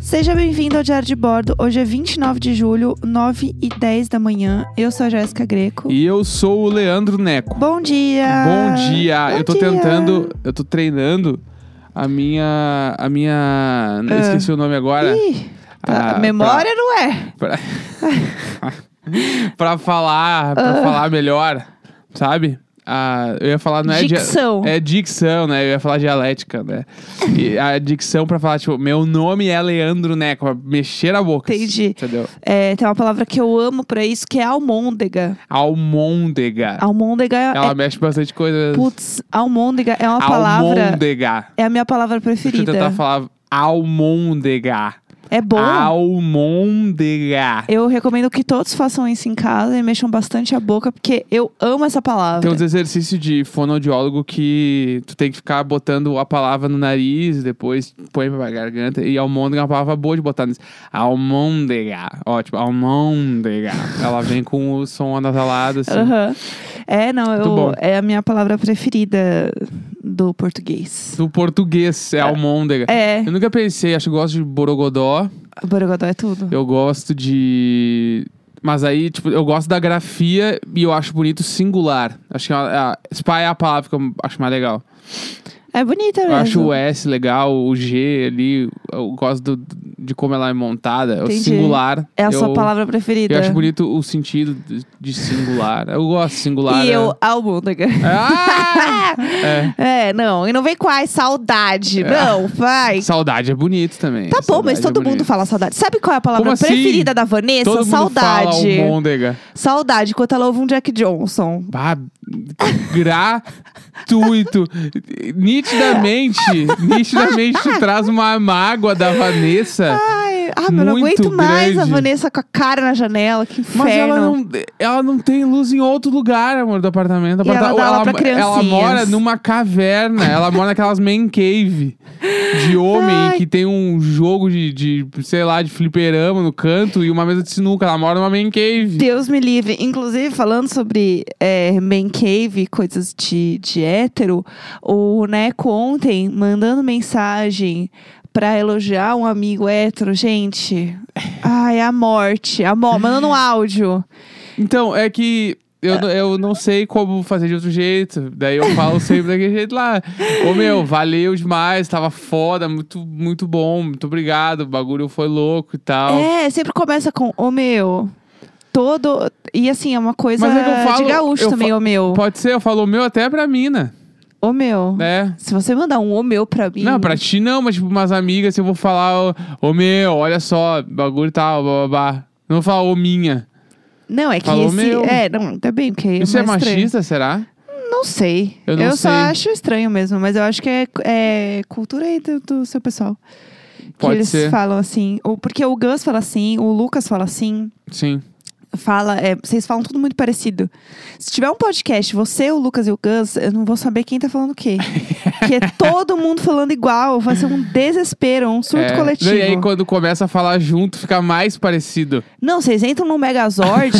Seja bem-vindo ao Diário de Bordo. Hoje é 29 de julho, 9 e 10 da manhã. Eu sou a Jéssica Greco. E eu sou o Leandro Neco. Bom dia! Bom dia! Ah, Bom eu tô dia. tentando, eu tô treinando a minha. A minha. Ah. Esqueci o nome agora. Ih, tá- Ah, memória não é. Pra, pra, pra falar, Ah. pra falar melhor, sabe? Ah, eu ia falar, não é dia- Dicção. É dicção, né? Eu ia falar dialética, né? E a dicção pra falar, tipo, meu nome é Leandro Neco, pra mexer a boca. Entendi. Entendeu? É, tem uma palavra que eu amo pra isso, que é almôndega. Almôndega. Almôndega Ela é... mexe bastante coisa. Putz, almôndega é uma palavra... Almôndega. É a minha palavra Deixa eu tentar preferida. falar almôndega. É bom. Almôndega. Eu recomendo que todos façam isso em casa e mexam bastante a boca, porque eu amo essa palavra. Tem uns exercícios de fonoaudiólogo que tu tem que ficar botando a palavra no nariz, depois põe pra garganta. E almôndega é uma palavra boa de botar no nariz. Almôndega. Ótimo, almôndega. Ela vem com o som anasalado, assim. Aham. É, não, Muito bom. eu, é a minha palavra preferida do português. Do português, é almôndega. É, Eu nunca pensei, acho que eu gosto de borogodó. o Borogodó é tudo. Eu gosto de. Mas aí, tipo, eu gosto da grafia e eu acho bonito singular. Acho que é uma- a, spa é a palavra que eu acho mais legal. É bonita mesmo. Eu acho o S legal, o G ali. Eu gosto do- de como ela é montada. O Entendi. singular. É a eu, sua palavra preferida. Eu acho bonito o sentido de- de singular. Eu gosto de singular. E é- eu, almôndega. Ah! É. É, não, e não vem com ai, saudade. Não, vai. Saudade é bonito também. Tá bom, mas Saudade é todo mundo bonito. fala saudade. Sabe qual é a palavra Como assim? preferida da Vanessa? Todo mundo saudade. Fala um almôndega. Saudade, enquanto ela ouve um Jack Johnson. Bah, gratuito. Nitidamente, nitidamente tu traz uma mágoa da Vanessa. Ai, ah, meu, eu não Muito aguento mais a grande. Vanessa com a cara na janela, que inferno. Mas ela não, ela não tem luz em outro lugar, amor, do apartamento. E ela Aparta- dá aula pra ela, criancinhas. mora numa caverna. Ela mora naquelas man cave de homem Ai. que tem um jogo de, de, sei lá, de fliperama no canto e uma mesa de sinuca. Ela mora numa man cave. Deus me livre. Inclusive, falando sobre é, man cave, coisas de, de hétero, o Neco ontem mandando mensagem pra elogiar um amigo hétero, gente. Ai, a morte. A mo mandando um áudio. Então, é que eu, n- eu não sei como fazer de outro jeito. Daí eu falo sempre daquele jeito lá. Ô meu, valeu demais, tava foda, muito, muito bom, muito obrigado. O bagulho foi louco e tal. É, sempre começa com, ô meu. Todo. E assim, é uma coisa Mas é que eu falo- de gaúcho eu também, ô fa- meu. Pode ser, eu falo o meu até pra mina, Ô meu. né? Se você mandar um ô meu pra mim. Não, pra ti não, mas tipo, umas amigas, eu vou falar, ô ô, meu, olha só, bagulho e tal, blá, blá, blá. Não vou falar, ô minha. Não, é que Falou esse. meu. É, não, tá bem, porque. Isso é mais estranho. machista, será? Não sei. Eu não só sei. acho estranho mesmo, mas eu acho que é, é cultura aí do, do seu pessoal. que Pode eles ser. falam assim. Ou porque o Gus fala assim, o Lucas fala assim. Sim. Fala, é, vocês falam tudo muito parecido. Se tiver um podcast, você, o Lucas e o Gus, eu não vou saber quem tá falando o quê. Porque é todo mundo falando igual, vai ser um desespero, um surto É. coletivo. E aí quando começa a falar junto, fica mais parecido. Não, vocês entram no Megazord.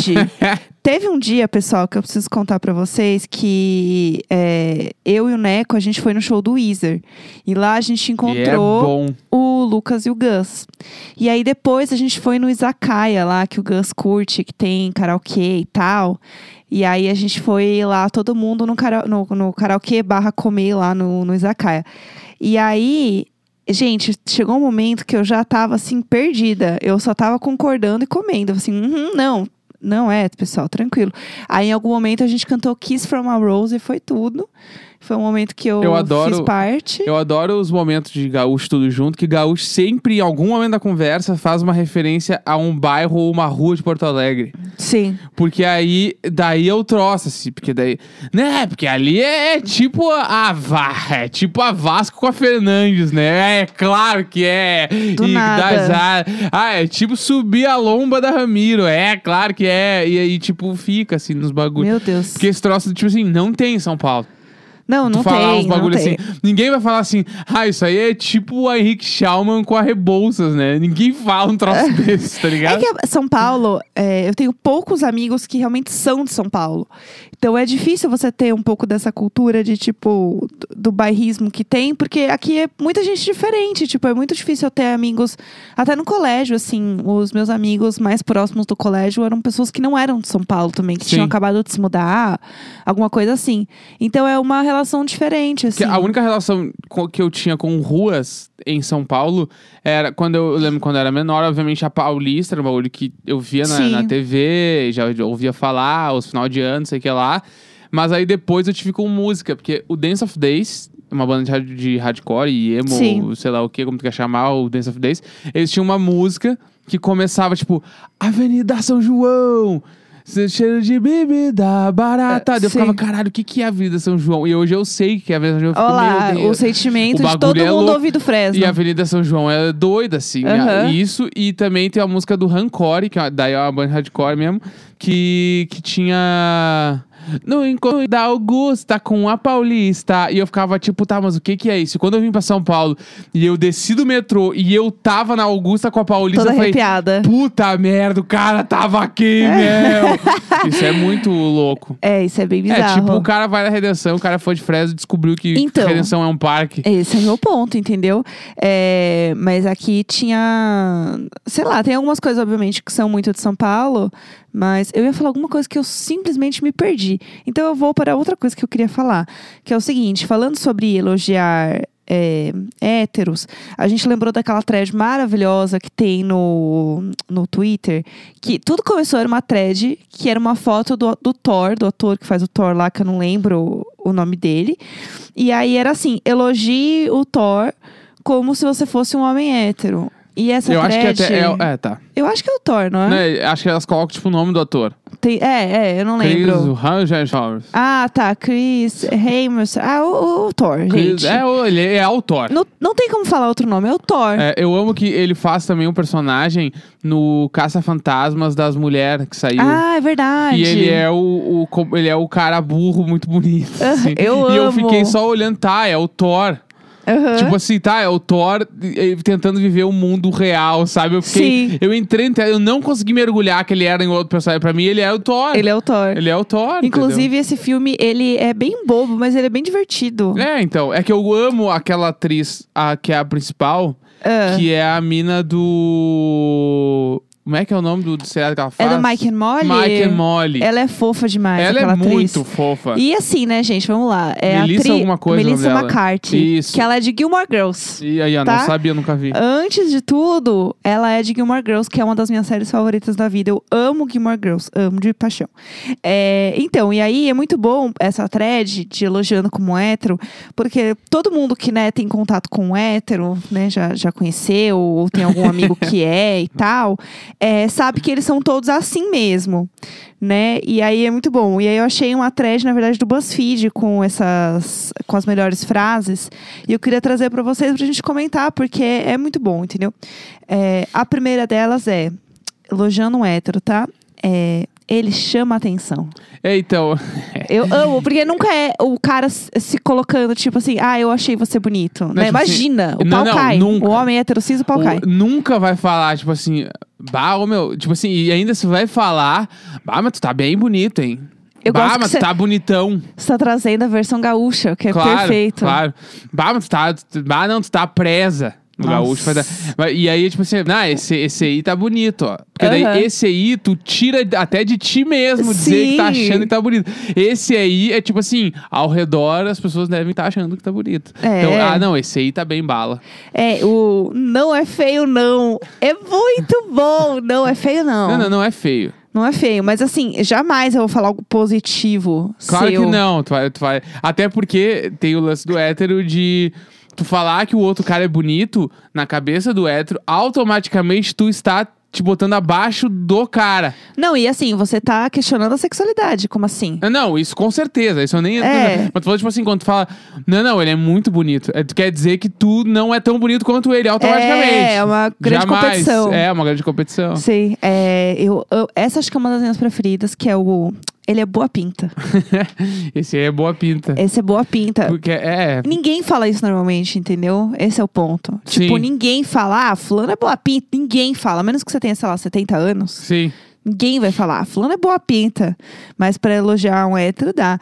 Teve um dia, pessoal, que eu preciso contar pra vocês que é, eu e o Neco, a gente foi no show do Weezer. E lá a gente E é encontrou bom. o Lucas e o Gus. E aí depois a gente foi no Izakaya lá, que o Gus curte, que tem karaokê e tal. E aí a gente foi lá, todo mundo no, kara no, no karaokê barra comer lá no, no Izakaya. E aí, gente, chegou um momento que eu já tava assim, perdida. Eu só tava concordando e comendo. Assim, "Uhum, não, não é, pessoal, tranquilo. Aí em algum momento a gente cantou Kiss from a Rose e foi tudo. Foi um momento que eu, Eu adoro- fiz parte. Eu adoro os momentos de gaúcho tudo junto, que gaúcho sempre, em algum momento da conversa, faz uma referência a um bairro ou uma rua de Porto Alegre. Sim. Porque aí, daí eu troço, assim, porque daí... Né, porque ali é, é tipo a, a Va- é tipo a Vasco com a Fernandes, né? É claro que é. Do e nada. dá risada. ah, é tipo subir a lomba da Ramiro. É, claro que é. E aí, tipo, fica, assim, nos bagulhos. Meu Deus. Porque esse troço, tipo assim, não tem em São Paulo. Não, não tu falar tem. uns não bagulho tem. assim. Ninguém vai falar assim, ah, isso aí é tipo o Henrique Schaumann com a Rebouças, né? Ninguém fala um troço desse, tá É ligado? que a- São Paulo, é, eu tenho poucos amigos que realmente são de São Paulo. Então é difícil você ter um pouco dessa cultura de tipo do, do bairrismo que tem, porque aqui é muita gente diferente. Tipo, é muito difícil eu ter amigos, até no colégio, assim, os meus amigos mais próximos do colégio eram pessoas que não eram de São Paulo também, que Sim. tinham acabado de se mudar, alguma coisa assim. Então é uma relação diferente, assim. Que a única relação co- que eu tinha com ruas em São Paulo era quando eu, eu lembro quando eu era menor, obviamente a Paulista era um bagulho que eu via na, Sim. na TV, já ouvia falar, os final de ano, não sei o que lá. Mas aí depois eu tive com música, porque o Dance of Days, uma banda de, hard- de hardcore e emo, Sim. ou sei lá o que, como tu quer chamar, o Dance of Days, eles tinham uma música que começava tipo Avenida São João. se- Cheiro de bebida barata. É, Ah, tá. Daí eu sim. ficava, caralho, o que, que é a Avenida São João? E hoje eu sei que é a Avenida São João. Eu fico, Olha lá, meu Deus. o sentimento O de todo bagulho é mundo louco. ouvindo Fresno. E a Avenida São João é doida, assim. Aham. a- Isso. E também tem a música do Rancore, que é uma- daí é uma banda hardcore mesmo, que, que tinha. No encontro da Augusta com a Paulista. E eu ficava tipo, tá, mas o que que é isso? E quando eu vim pra São Paulo e eu desci do metrô e eu tava na Augusta com a Paulista, Toda eu falei, arrepiada. puta merda, o cara tava aqui, meu. isso é muito louco. É, isso é bem bizarro. É tipo, o cara vai na Redenção, o cara foi de Fresno e descobriu que Então. Redenção é um parque. Esse é o meu ponto, entendeu? É, mas aqui tinha. Sei lá, tem algumas coisas, obviamente, que são muito de São Paulo, mas eu ia falar alguma coisa que eu simplesmente me perdi. Então eu vou para outra coisa que eu queria falar, que é o seguinte: falando sobre elogiar. É, héteros, a gente lembrou daquela thread maravilhosa que tem no, no Twitter, que tudo começou era uma thread que era uma foto do, do Thor, do ator que faz o Thor lá, que eu não lembro o nome dele, e aí era assim: elogie o Thor como se você fosse um homem hétero. E essa eu acho que thread- até. É, é, tá. Eu acho que é o Thor, não é? Né, acho que elas colocam, tipo, o nome do ator. Tem- é, é, eu não lembro. Chris Ranger Showers. Ah, tá. Chris Hamers. Ah, o, o Thor, gente. é, o- ele é autor. não, não tem como falar outro nome, é o Thor. É, eu amo que ele faz também um personagem no Caça-Fantasmas das Mulheres que saiu. ah, é verdade. E ele é o, o co- ele é o cara burro muito bonito. Ah, assim. eu E eu amo. fiquei só olhando, tá, é o Thor. Aham. Tipo assim, tá, é o Thor eh, tentando viver o mundo real, sabe? Eu fiquei. Sim. Eu entrei, no te- eu não consegui mergulhar que ele era em outro personagem. Pra mim, ele é o Thor. Ele é o Thor. Ele é o Thor. Inclusive, esse filme, ele é bem bobo, mas ele é bem divertido. entendeu? É, então. É que eu amo aquela atriz a, que é a principal, Ah. que é a mina do. Como é que é o nome do, do seriado que ela É faz? do Mike and Molly? Mike and Molly. Ela é fofa demais, Ela aquela é atriz. muito fofa. E assim, né, gente? Vamos lá. É a Melissa atri- alguma coisa o nome Melissa dela. McCarthy. Isso. Que ela é de Gilmore Girls. E aí, ó, Tá? não sabia, nunca vi. Antes de tudo, ela é de Gilmore Girls, que é uma das minhas séries favoritas da vida. Eu amo Gilmore Girls, amo de paixão. É, então, e aí é muito bom essa thread de elogiando como hétero, porque todo mundo que né, tem contato com um hétero, né, já, já conheceu, ou tem algum amigo que é e tal, é, sabe que eles são todos assim mesmo. Né? E aí é muito bom. E aí eu achei uma thread, na verdade, do BuzzFeed com essas. com as melhores frases. E eu queria trazer para vocês pra gente comentar, porque é muito bom, entendeu? É, a primeira delas é, elogiando um hétero, tá? É, ele chama atenção. É, então. Eu amo, porque nunca é o cara s- se colocando, tipo assim, ah, eu achei você bonito. né? tipo Imagina, o não, pau não, cai. nunca. O homem hétero cis, o pau cai. O- nunca vai falar, tipo assim, bah, ô, meu, tipo assim, e ainda se vai falar, bah, mas tu tá bem bonito, hein? Eu bah, gosto que mas cê- tu tá bonitão. Você tá trazendo a versão gaúcha, que é claro, perfeito. claro. Bah, mas tu tá, tu- bah, não, tu tá presa. O Nossa. gaúcho vai dar- vai- E aí, tipo assim, não, esse, esse aí tá bonito, ó. Porque Aham. daí esse aí tu tira até de ti mesmo dizer que tá Sim. achando que tá bonito. Esse aí é tipo assim, ao redor as pessoas devem estar achando que tá bonito. É. Então, ah, não, esse aí tá bem bala. É, o não é feio, não. É muito bom. Não é feio, não. Não, não, não é feio. Não é feio, mas assim, jamais eu vou falar algo positivo. Claro seu. que não, tu vai, tu vai. Até porque tem o lance do hétero de tu falar que o outro cara é bonito na cabeça do hétero, automaticamente tu está te botando abaixo do cara. Não, e assim, você tá questionando a sexualidade, como assim? Ah, Não, isso com certeza. Isso eu nem. É. Mas tu fala, tipo assim, quando tu fala, não, não, ele é muito bonito. é, Tu quer dizer que tu não é tão bonito quanto ele, automaticamente. É, é uma grande Jamais. competição. É, uma grande competição. Sei, é, eu, eu- essa acho que é uma das minhas preferidas, que é o Ele é boa pinta. Esse aí é boa pinta. Esse é boa pinta. Porque é. Ninguém fala isso normalmente, entendeu? Esse é o ponto. Tipo, Sim. ninguém fala, ah, fulano é boa pinta. Ninguém fala, a menos que você tenha, sei lá, 70 anos. Sim. Ninguém vai falar, ah, fulano é boa pinta. Mas pra elogiar um hétero dá.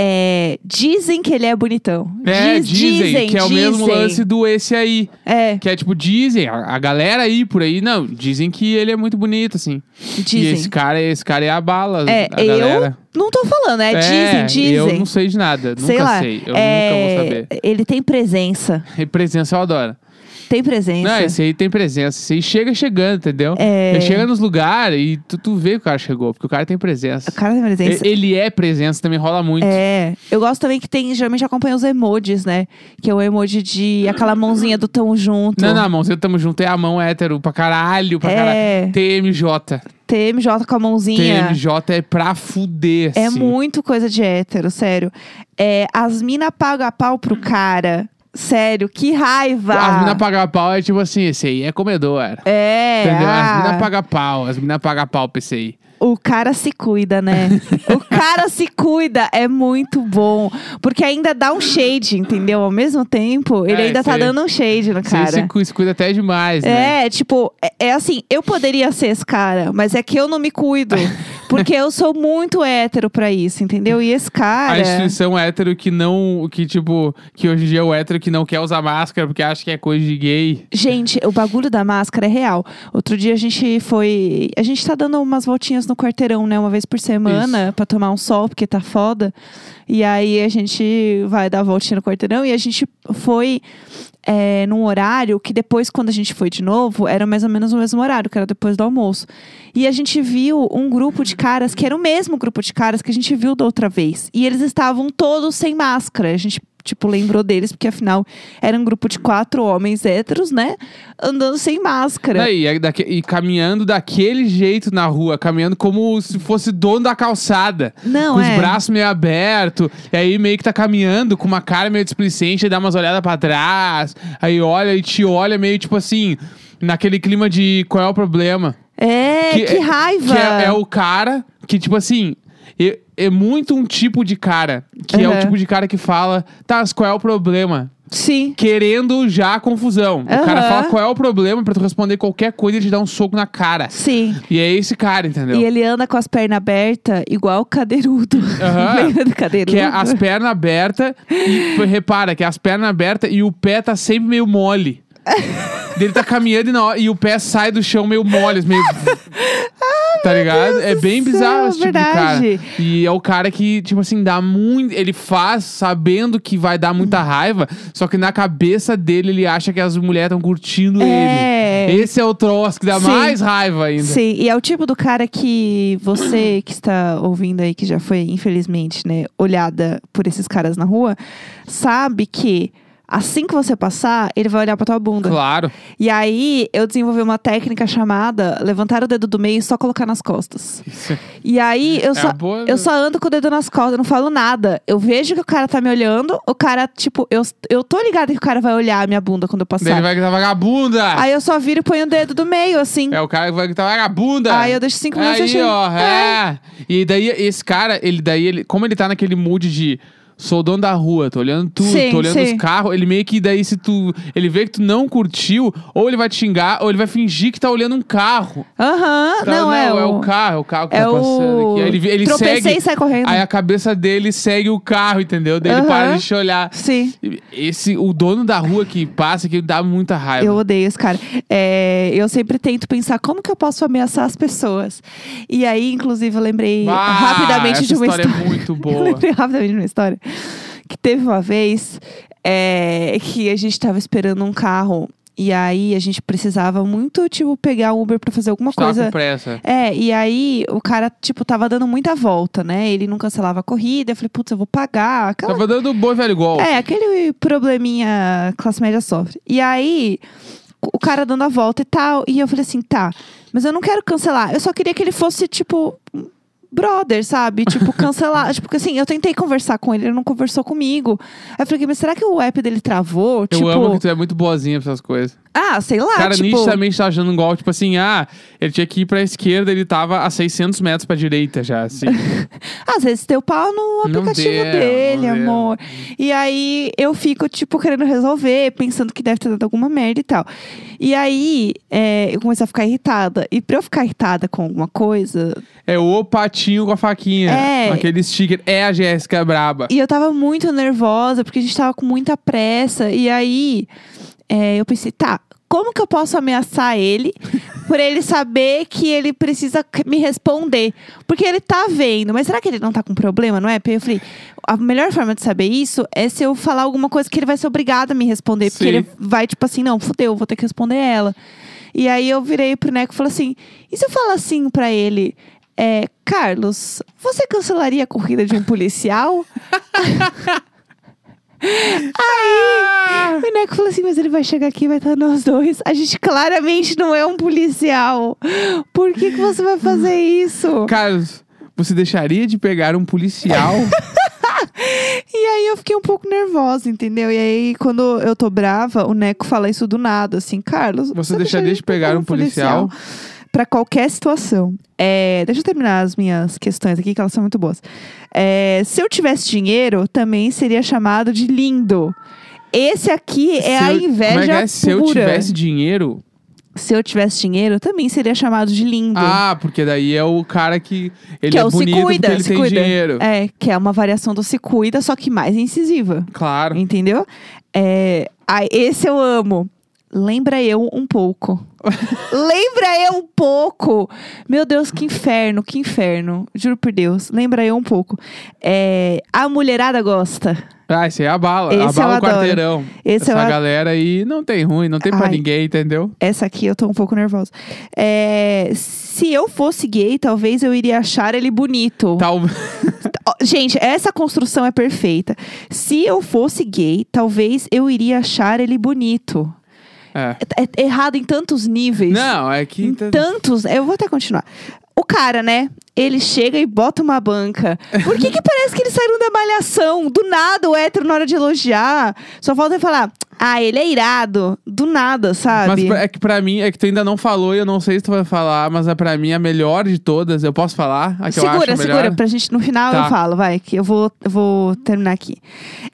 É, dizem que ele é bonitão. É, Diz- dizem, que é o mesmo dizem. lance do esse aí. É, Que é tipo, dizem, a, a galera aí por aí, não, dizem que ele é muito bonito, assim. E dizem. esse cara, esse cara é a bala, É, a eu galera. não tô falando, é, dizem, dizem. Eu não sei de nada, sei nunca lá. sei. Eu é, nunca vou saber. Ele tem presença. E presença eu adoro. Tem presença. Não, esse aí tem presença. Esse aí chega chegando, entendeu? É. Ele chega nos lugares e tu, tu vê que o cara chegou, porque o cara tem presença. O cara tem presença. E- Ele é presença, também rola muito. É, eu gosto também que tem, geralmente acompanha os emojis, né? Que é o emoji de aquela mãozinha do tão junto. Não, não, mão, você tamo junto, é a mão hétero pra caralho, pra É. caralho. TMJ. TMJ com a mãozinha. TMJ é pra fuder. É assim. muito coisa de hétero, sério. É, as mina pagam a pau pro cara. Sério, que raiva! As minas pagam pau é tipo assim, esse aí é comedor. É, Entendeu? ah, As minas pagam pau, as minas pagam pau pra esse aí. o cara se cuida, né? o cara se cuida, é muito bom. Porque ainda dá um shade, entendeu? Ao mesmo tempo, ele É, ainda tá esse- dando um shade no Esse aí cara. se cu- se cuida até demais, né? É, tipo, é, é assim, eu poderia ser esse cara, mas é que eu não me cuido. porque eu sou muito hétero pra isso, entendeu? E esse A cara. instituição hétero que não. Que tipo. Que hoje em dia é o hétero que não quer usar máscara porque acha que é coisa de gay. Gente, o bagulho da máscara é real. Outro dia a gente foi. A gente tá dando umas voltinhas no quarteirão, né? Uma vez por semana, pra tomar um sol, porque tá foda. E aí a gente vai dar a voltinha no quarteirão e a gente foi é, num horário que depois, quando a gente foi de novo, era mais ou menos o mesmo horário, que era depois do almoço. E a gente viu um grupo de caras que era o mesmo grupo de caras que a gente viu da outra vez. E eles estavam todos sem máscara. A gente tipo, lembrou deles, porque afinal era um grupo de quatro homens héteros, né? Andando sem máscara. Daí, é daque- e caminhando daquele jeito na rua, caminhando como se fosse dono da calçada. Não, com é. os braços meio abertos, e aí meio que tá caminhando com uma cara meio displicente, aí dá umas olhadas pra trás, aí olha e te olha meio tipo assim, naquele clima de qual é o problema. É, que, é- raiva! Que é, é o cara que, tipo assim, é, é muito um tipo de cara, que é Uhum. o tipo de cara que fala, tá, mas qual é o problema? Sim. Querendo já a confusão. O cara Aham. fala qual é o problema pra tu responder qualquer coisa e te dar um soco na cara. Sim. E é esse cara, entendeu? E ele anda com as pernas abertas, igual o cadeirudo. Aham. Lembra do cadeirudo? Que é as pernas abertas. E p- repara que é as pernas abertas e o pé tá sempre meio mole. Ele tá caminhando e, na hora- e o pé sai do chão meio mole, meio. Tá ligado? é do bem céu, bizarro esse tipo verdade. de cara. E é o cara que, tipo assim, dá muito. Ele faz sabendo que vai dar Uhum. muita raiva, só que na cabeça dele ele acha que as mulheres estão curtindo É. ele. Esse é o troço que dá Sim. mais raiva ainda. Sim, e é o tipo do cara que você que está ouvindo aí, que já foi, infelizmente, né, olhada por esses caras na rua, sabe que assim que você passar, ele vai olhar pra tua bunda. Claro. E aí eu desenvolvi uma técnica chamada levantar o dedo do meio e só colocar nas costas. Isso é- E aí eu É só uma boa- eu só ando com o dedo nas costas, eu não falo nada. Eu vejo que o cara tá me olhando, o cara tipo, eu, eu tô ligada que o cara vai olhar a minha bunda quando eu Daí passar. ele vai gritar vagabunda! Aí eu só viro e ponho o dedo do meio assim. É o cara que vai gritar vagabunda! Aí eu deixo cinco minutos Aí, assistindo. ó, é. E daí, esse cara, ele daí, ele, como ele tá naquele mood de. Sou dono da rua, tô olhando tudo, Sim, tô olhando sim. os carros. Ele meio que daí, se tu. Ele vê que tu não curtiu, ou ele vai te xingar, ou ele vai fingir que tá olhando um carro. Aham, Tá, não, é, o... carro, é o carro que é tá passando o- aqui. Aí ele, ele Tropecei segue. e sai correndo. Aí a cabeça dele segue o carro, entendeu? Daí Aham. ele para de te olhar. Sim. Esse, o dono da rua que passa, que dá muita raiva. Eu odeio esse cara. É, eu sempre tento pensar como que eu posso ameaçar as pessoas. E aí, inclusive, eu lembrei Ah, rapidamente essa de uma história história. é muito boa. eu lembrei rapidamente de uma história. Que teve uma vez é, que a gente tava esperando um carro. E aí a gente precisava muito, tipo, pegar um Uber pra fazer alguma Tava coisa. com pressa. É, e aí o cara, tipo, tava dando muita volta, né? Ele não cancelava a corrida. Eu falei, putz, eu vou pagar. Aquela Tava dando bom e velho gol. é, aquele probleminha classe média sofre. E aí, o cara dando a volta e tal. E eu falei assim, tá, mas eu não quero cancelar. Eu só queria que ele fosse, tipo, brother, sabe? Tipo, cancelar. tipo, porque assim, eu tentei conversar com ele, ele não conversou comigo. Aí eu falei, mas será que o app dele travou? Eu tipo, amo que tu é muito é boazinha pra essas coisas. Ah, sei lá, O cara tipo... nitidamente tá achando um gol, tipo assim, ah, ele tinha que ir pra esquerda, ele tava a 600 metros pra direita já, assim. Às vezes teu pau no Não aplicativo deu, dele, não deu. amor. E aí eu fico, tipo, querendo resolver, pensando que deve ter dado alguma merda e tal. E aí é, eu comecei a ficar irritada. E pra eu ficar irritada com alguma coisa. é o patinho com a faquinha. É. Aquele sticker. É a Jéssica braba. E eu tava muito nervosa, porque a gente tava com muita pressa. E aí é, eu pensei, tá. Como que eu posso ameaçar ele por ele saber que ele precisa c- me responder? Porque ele tá vendo, mas será que ele não tá com problema, não é? Porque eu falei, a melhor forma de saber isso é se eu falar alguma coisa que ele vai ser obrigado a me responder. Porque Sim. ele vai, tipo assim, não, fudeu, vou ter que responder ela. E aí eu virei pro Neco e falei assim: e se eu falar assim pra ele? É, Carlos, você cancelaria a corrida de um policial? Ah! O Neco falou assim, mas ele vai chegar aqui e vai estar nós dois. A gente claramente não é um policial. Por que, que você vai fazer isso? Carlos, você deixaria de pegar um policial? E aí eu fiquei um pouco nervosa, entendeu? E aí, quando eu tô brava, o Neco fala isso do nada, assim, Carlos. Você deixaria de pegar um policial? Pra qualquer situação. É, deixa eu terminar as minhas questões aqui, que elas são muito boas. É, se eu tivesse dinheiro, também seria chamado de lindo. Esse aqui é Se a eu- inveja Como é que é? Se eu pura. tivesse dinheiro. se eu tivesse dinheiro, também seria chamado de lindo. Ah, porque daí é o cara que. Ele que é, o bonito se cuida, porque ele se tem cuida. dinheiro. É, que é uma variação do se cuida, só que mais incisiva. Claro. Entendeu? É, ai, esse eu amo. Lembra eu um pouco. Lembra eu um pouco. Meu Deus, que inferno, que inferno. Juro por Deus. Lembra eu um pouco. É, a mulherada gosta. Ah, esse aí é a bala. Esse a eu bala o adoro. quarteirão. Esse Essa eu a- galera aí não tem ruim, não tem pra Ai. ninguém, entendeu? Essa aqui eu tô um pouco nervosa. É, se eu fosse gay, talvez eu iria achar ele bonito. Talvez. Ó, Gente, essa construção é perfeita. Se eu fosse gay, talvez eu iria achar ele bonito. É. É- é errado em tantos níveis. Não, é que. Em tantos. Eu vou até continuar. O cara, né? Ele chega e bota uma banca. Por que que parece que eles saíram da malhação? Do nada o hétero na hora de elogiar. Só falta ele falar, ah, ele é irado. Do nada, Mas sabe? pra- é que pra mim, é que tu ainda não falou e eu não sei se tu vai falar, mas é pra mim a melhor de todas. Eu posso falar? A é que eu segura, acho segura. melhor? Pra gente, no final Tá. eu falo, vai, que eu vou, eu vou terminar aqui.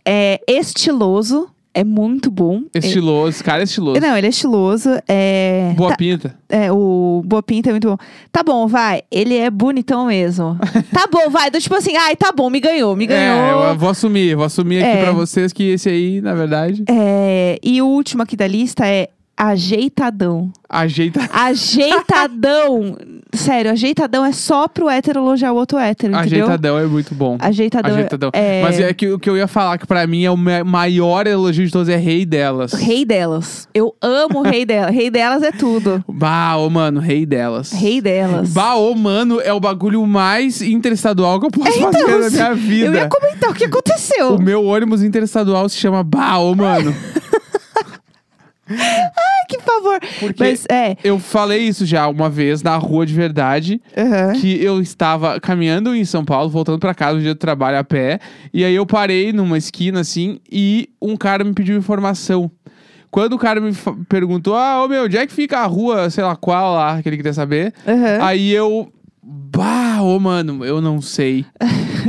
É estiloso. É muito bom. Estiloso, cara é estiloso. É- Não, ele é estiloso. É, Boa tá- pinta. é, o Boa Pinta é muito bom. Tá bom, vai. Ele é bonitão mesmo. tá bom, vai. Do tipo assim, ai, tá bom, me ganhou, me É, eu ganhou. eu vou assumir, vou assumir aqui É. pra vocês que esse aí, na verdade, É, e o último aqui da lista é ajeitadão. ajeita. Ajeitadão! Sério, ajeitadão é só pro hétero elogiar o outro hétero, entendeu? Ajeitadão é muito bom. Ajeitadão. é- Ajeitadão. É... Mas é que o que eu ia falar, que pra mim é o ma- maior elogio de todos, é rei delas. O Rei delas. Eu amo o rei delas. Rei delas é tudo. Bah, ô mano, rei delas. Rei delas. Bah, ô mano, é o bagulho mais interestadual que eu posso fazer na minha vida. Então, Eu ia comentar o que aconteceu. O meu ônibus interestadual se chama Baô, mano. Ai, que favor. Porque- Mas é. eu falei isso já uma vez na rua de verdade. aham. Que eu estava caminhando em São Paulo, voltando pra casa, um dia do trabalho a pé. E aí eu parei numa esquina assim e um cara me pediu informação. Quando o cara me fa- perguntou, ah, ô meu, onde é que fica a rua, sei lá qual lá, que ele queria saber. Aham. Aí eu. Bah, ô mano, eu não sei.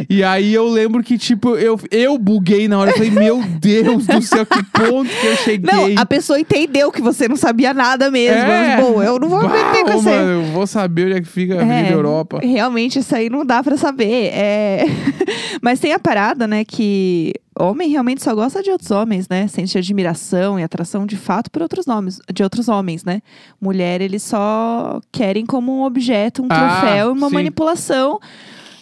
e aí eu lembro que, tipo, eu, eu buguei na hora. Eu falei, meu Deus do céu, que ponto que eu Não, cheguei. a pessoa entendeu que você não sabia nada mesmo. É. Mas, bom, eu não vou bah, meter com ô, você. mano, eu vou saber onde é que fica a Avenida É, Europa. Realmente, isso aí não dá pra saber. É... Mas tem a parada, né, que homem realmente só gosta de outros homens, né? Sente admiração e atração de fato por outros nomes, de outros homens, né? Mulher, eles só querem como um objeto, um Ah, troféu e uma sim. manipulação.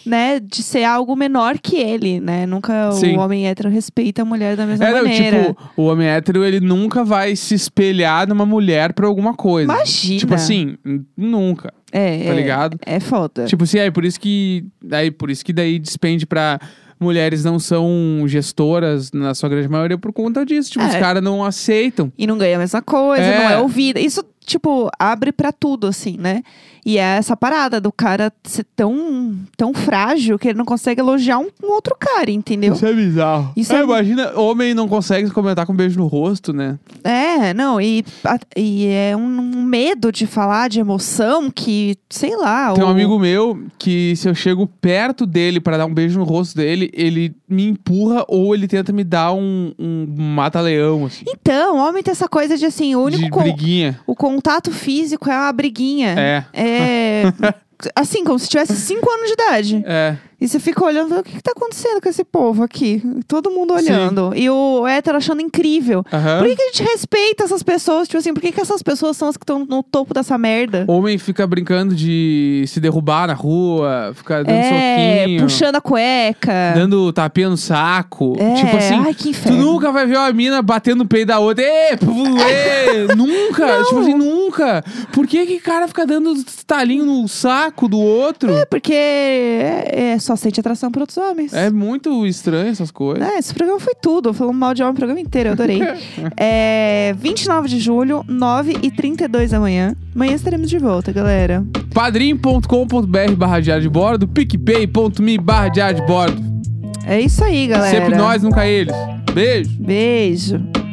Né, de ser algo menor que ele, né? Nunca Sim. o homem hétero respeita a mulher da mesma É, não, maneira. tipo, o homem hétero, ele nunca vai se espelhar numa mulher pra alguma coisa. Imagina. Tipo assim, n- nunca, é, tá é, ligado? É foda. Tipo assim, é por isso que. Aí, por isso que daí despende pra. Mulheres não são gestoras, na sua grande maioria, por conta disso. Tipo, os É. caras não aceitam. E não ganha a mesma coisa, É. não é ouvida. Isso, tipo, abre pra tudo, assim, né? E é essa parada do cara ser tão, tão frágil que ele não consegue elogiar um, um outro cara, entendeu? Isso é bizarro. Isso É, é- Imagina, homem não consegue comentar com um beijo no rosto, né? É, não, e, a- e é um, um medo de falar de emoção que, sei lá. Tem um o- amigo meu que se eu chego perto dele pra dar um beijo no rosto dele, ele me empurra ou ele tenta me dar um, um mata-leão, assim. Então, homem tem essa coisa de assim, o único. de con- briguinha. O contato físico é uma briguinha. É. É. assim, como se tivesse cinco anos de idade. É. E você fica olhando, falando, o que, que tá acontecendo com esse povo aqui? Todo mundo Sim. olhando. E o hétero achando incrível. Aham. Por que, que a gente respeita essas pessoas? Tipo assim, por que, que essas pessoas são as que estão no topo dessa merda? Homem fica brincando de se derrubar na rua, fica dando é, um soquinho, puxando a cueca. dando tapinha no saco. É, tipo assim, ai, que tu inferno. nunca vai ver uma mina batendo no peito da outra. Ê, pô, ê, nunca! Tipo assim, nunca! Por que que cara fica dando talinho no saco do outro? É porque é, é, só sente atração por outros homens. É muito estranho essas coisas. É, esse programa foi tudo. Falamos mal de homem o programa inteiro, eu adorei. é, 29 de julho, 9h32 da manhã. Amanhã estaremos de volta, galera. Padrim.com.br barra diário de bordo, picpay.me barra diário de bordo. É isso aí, galera. Sempre nós, nunca eles. Beijo! Beijo.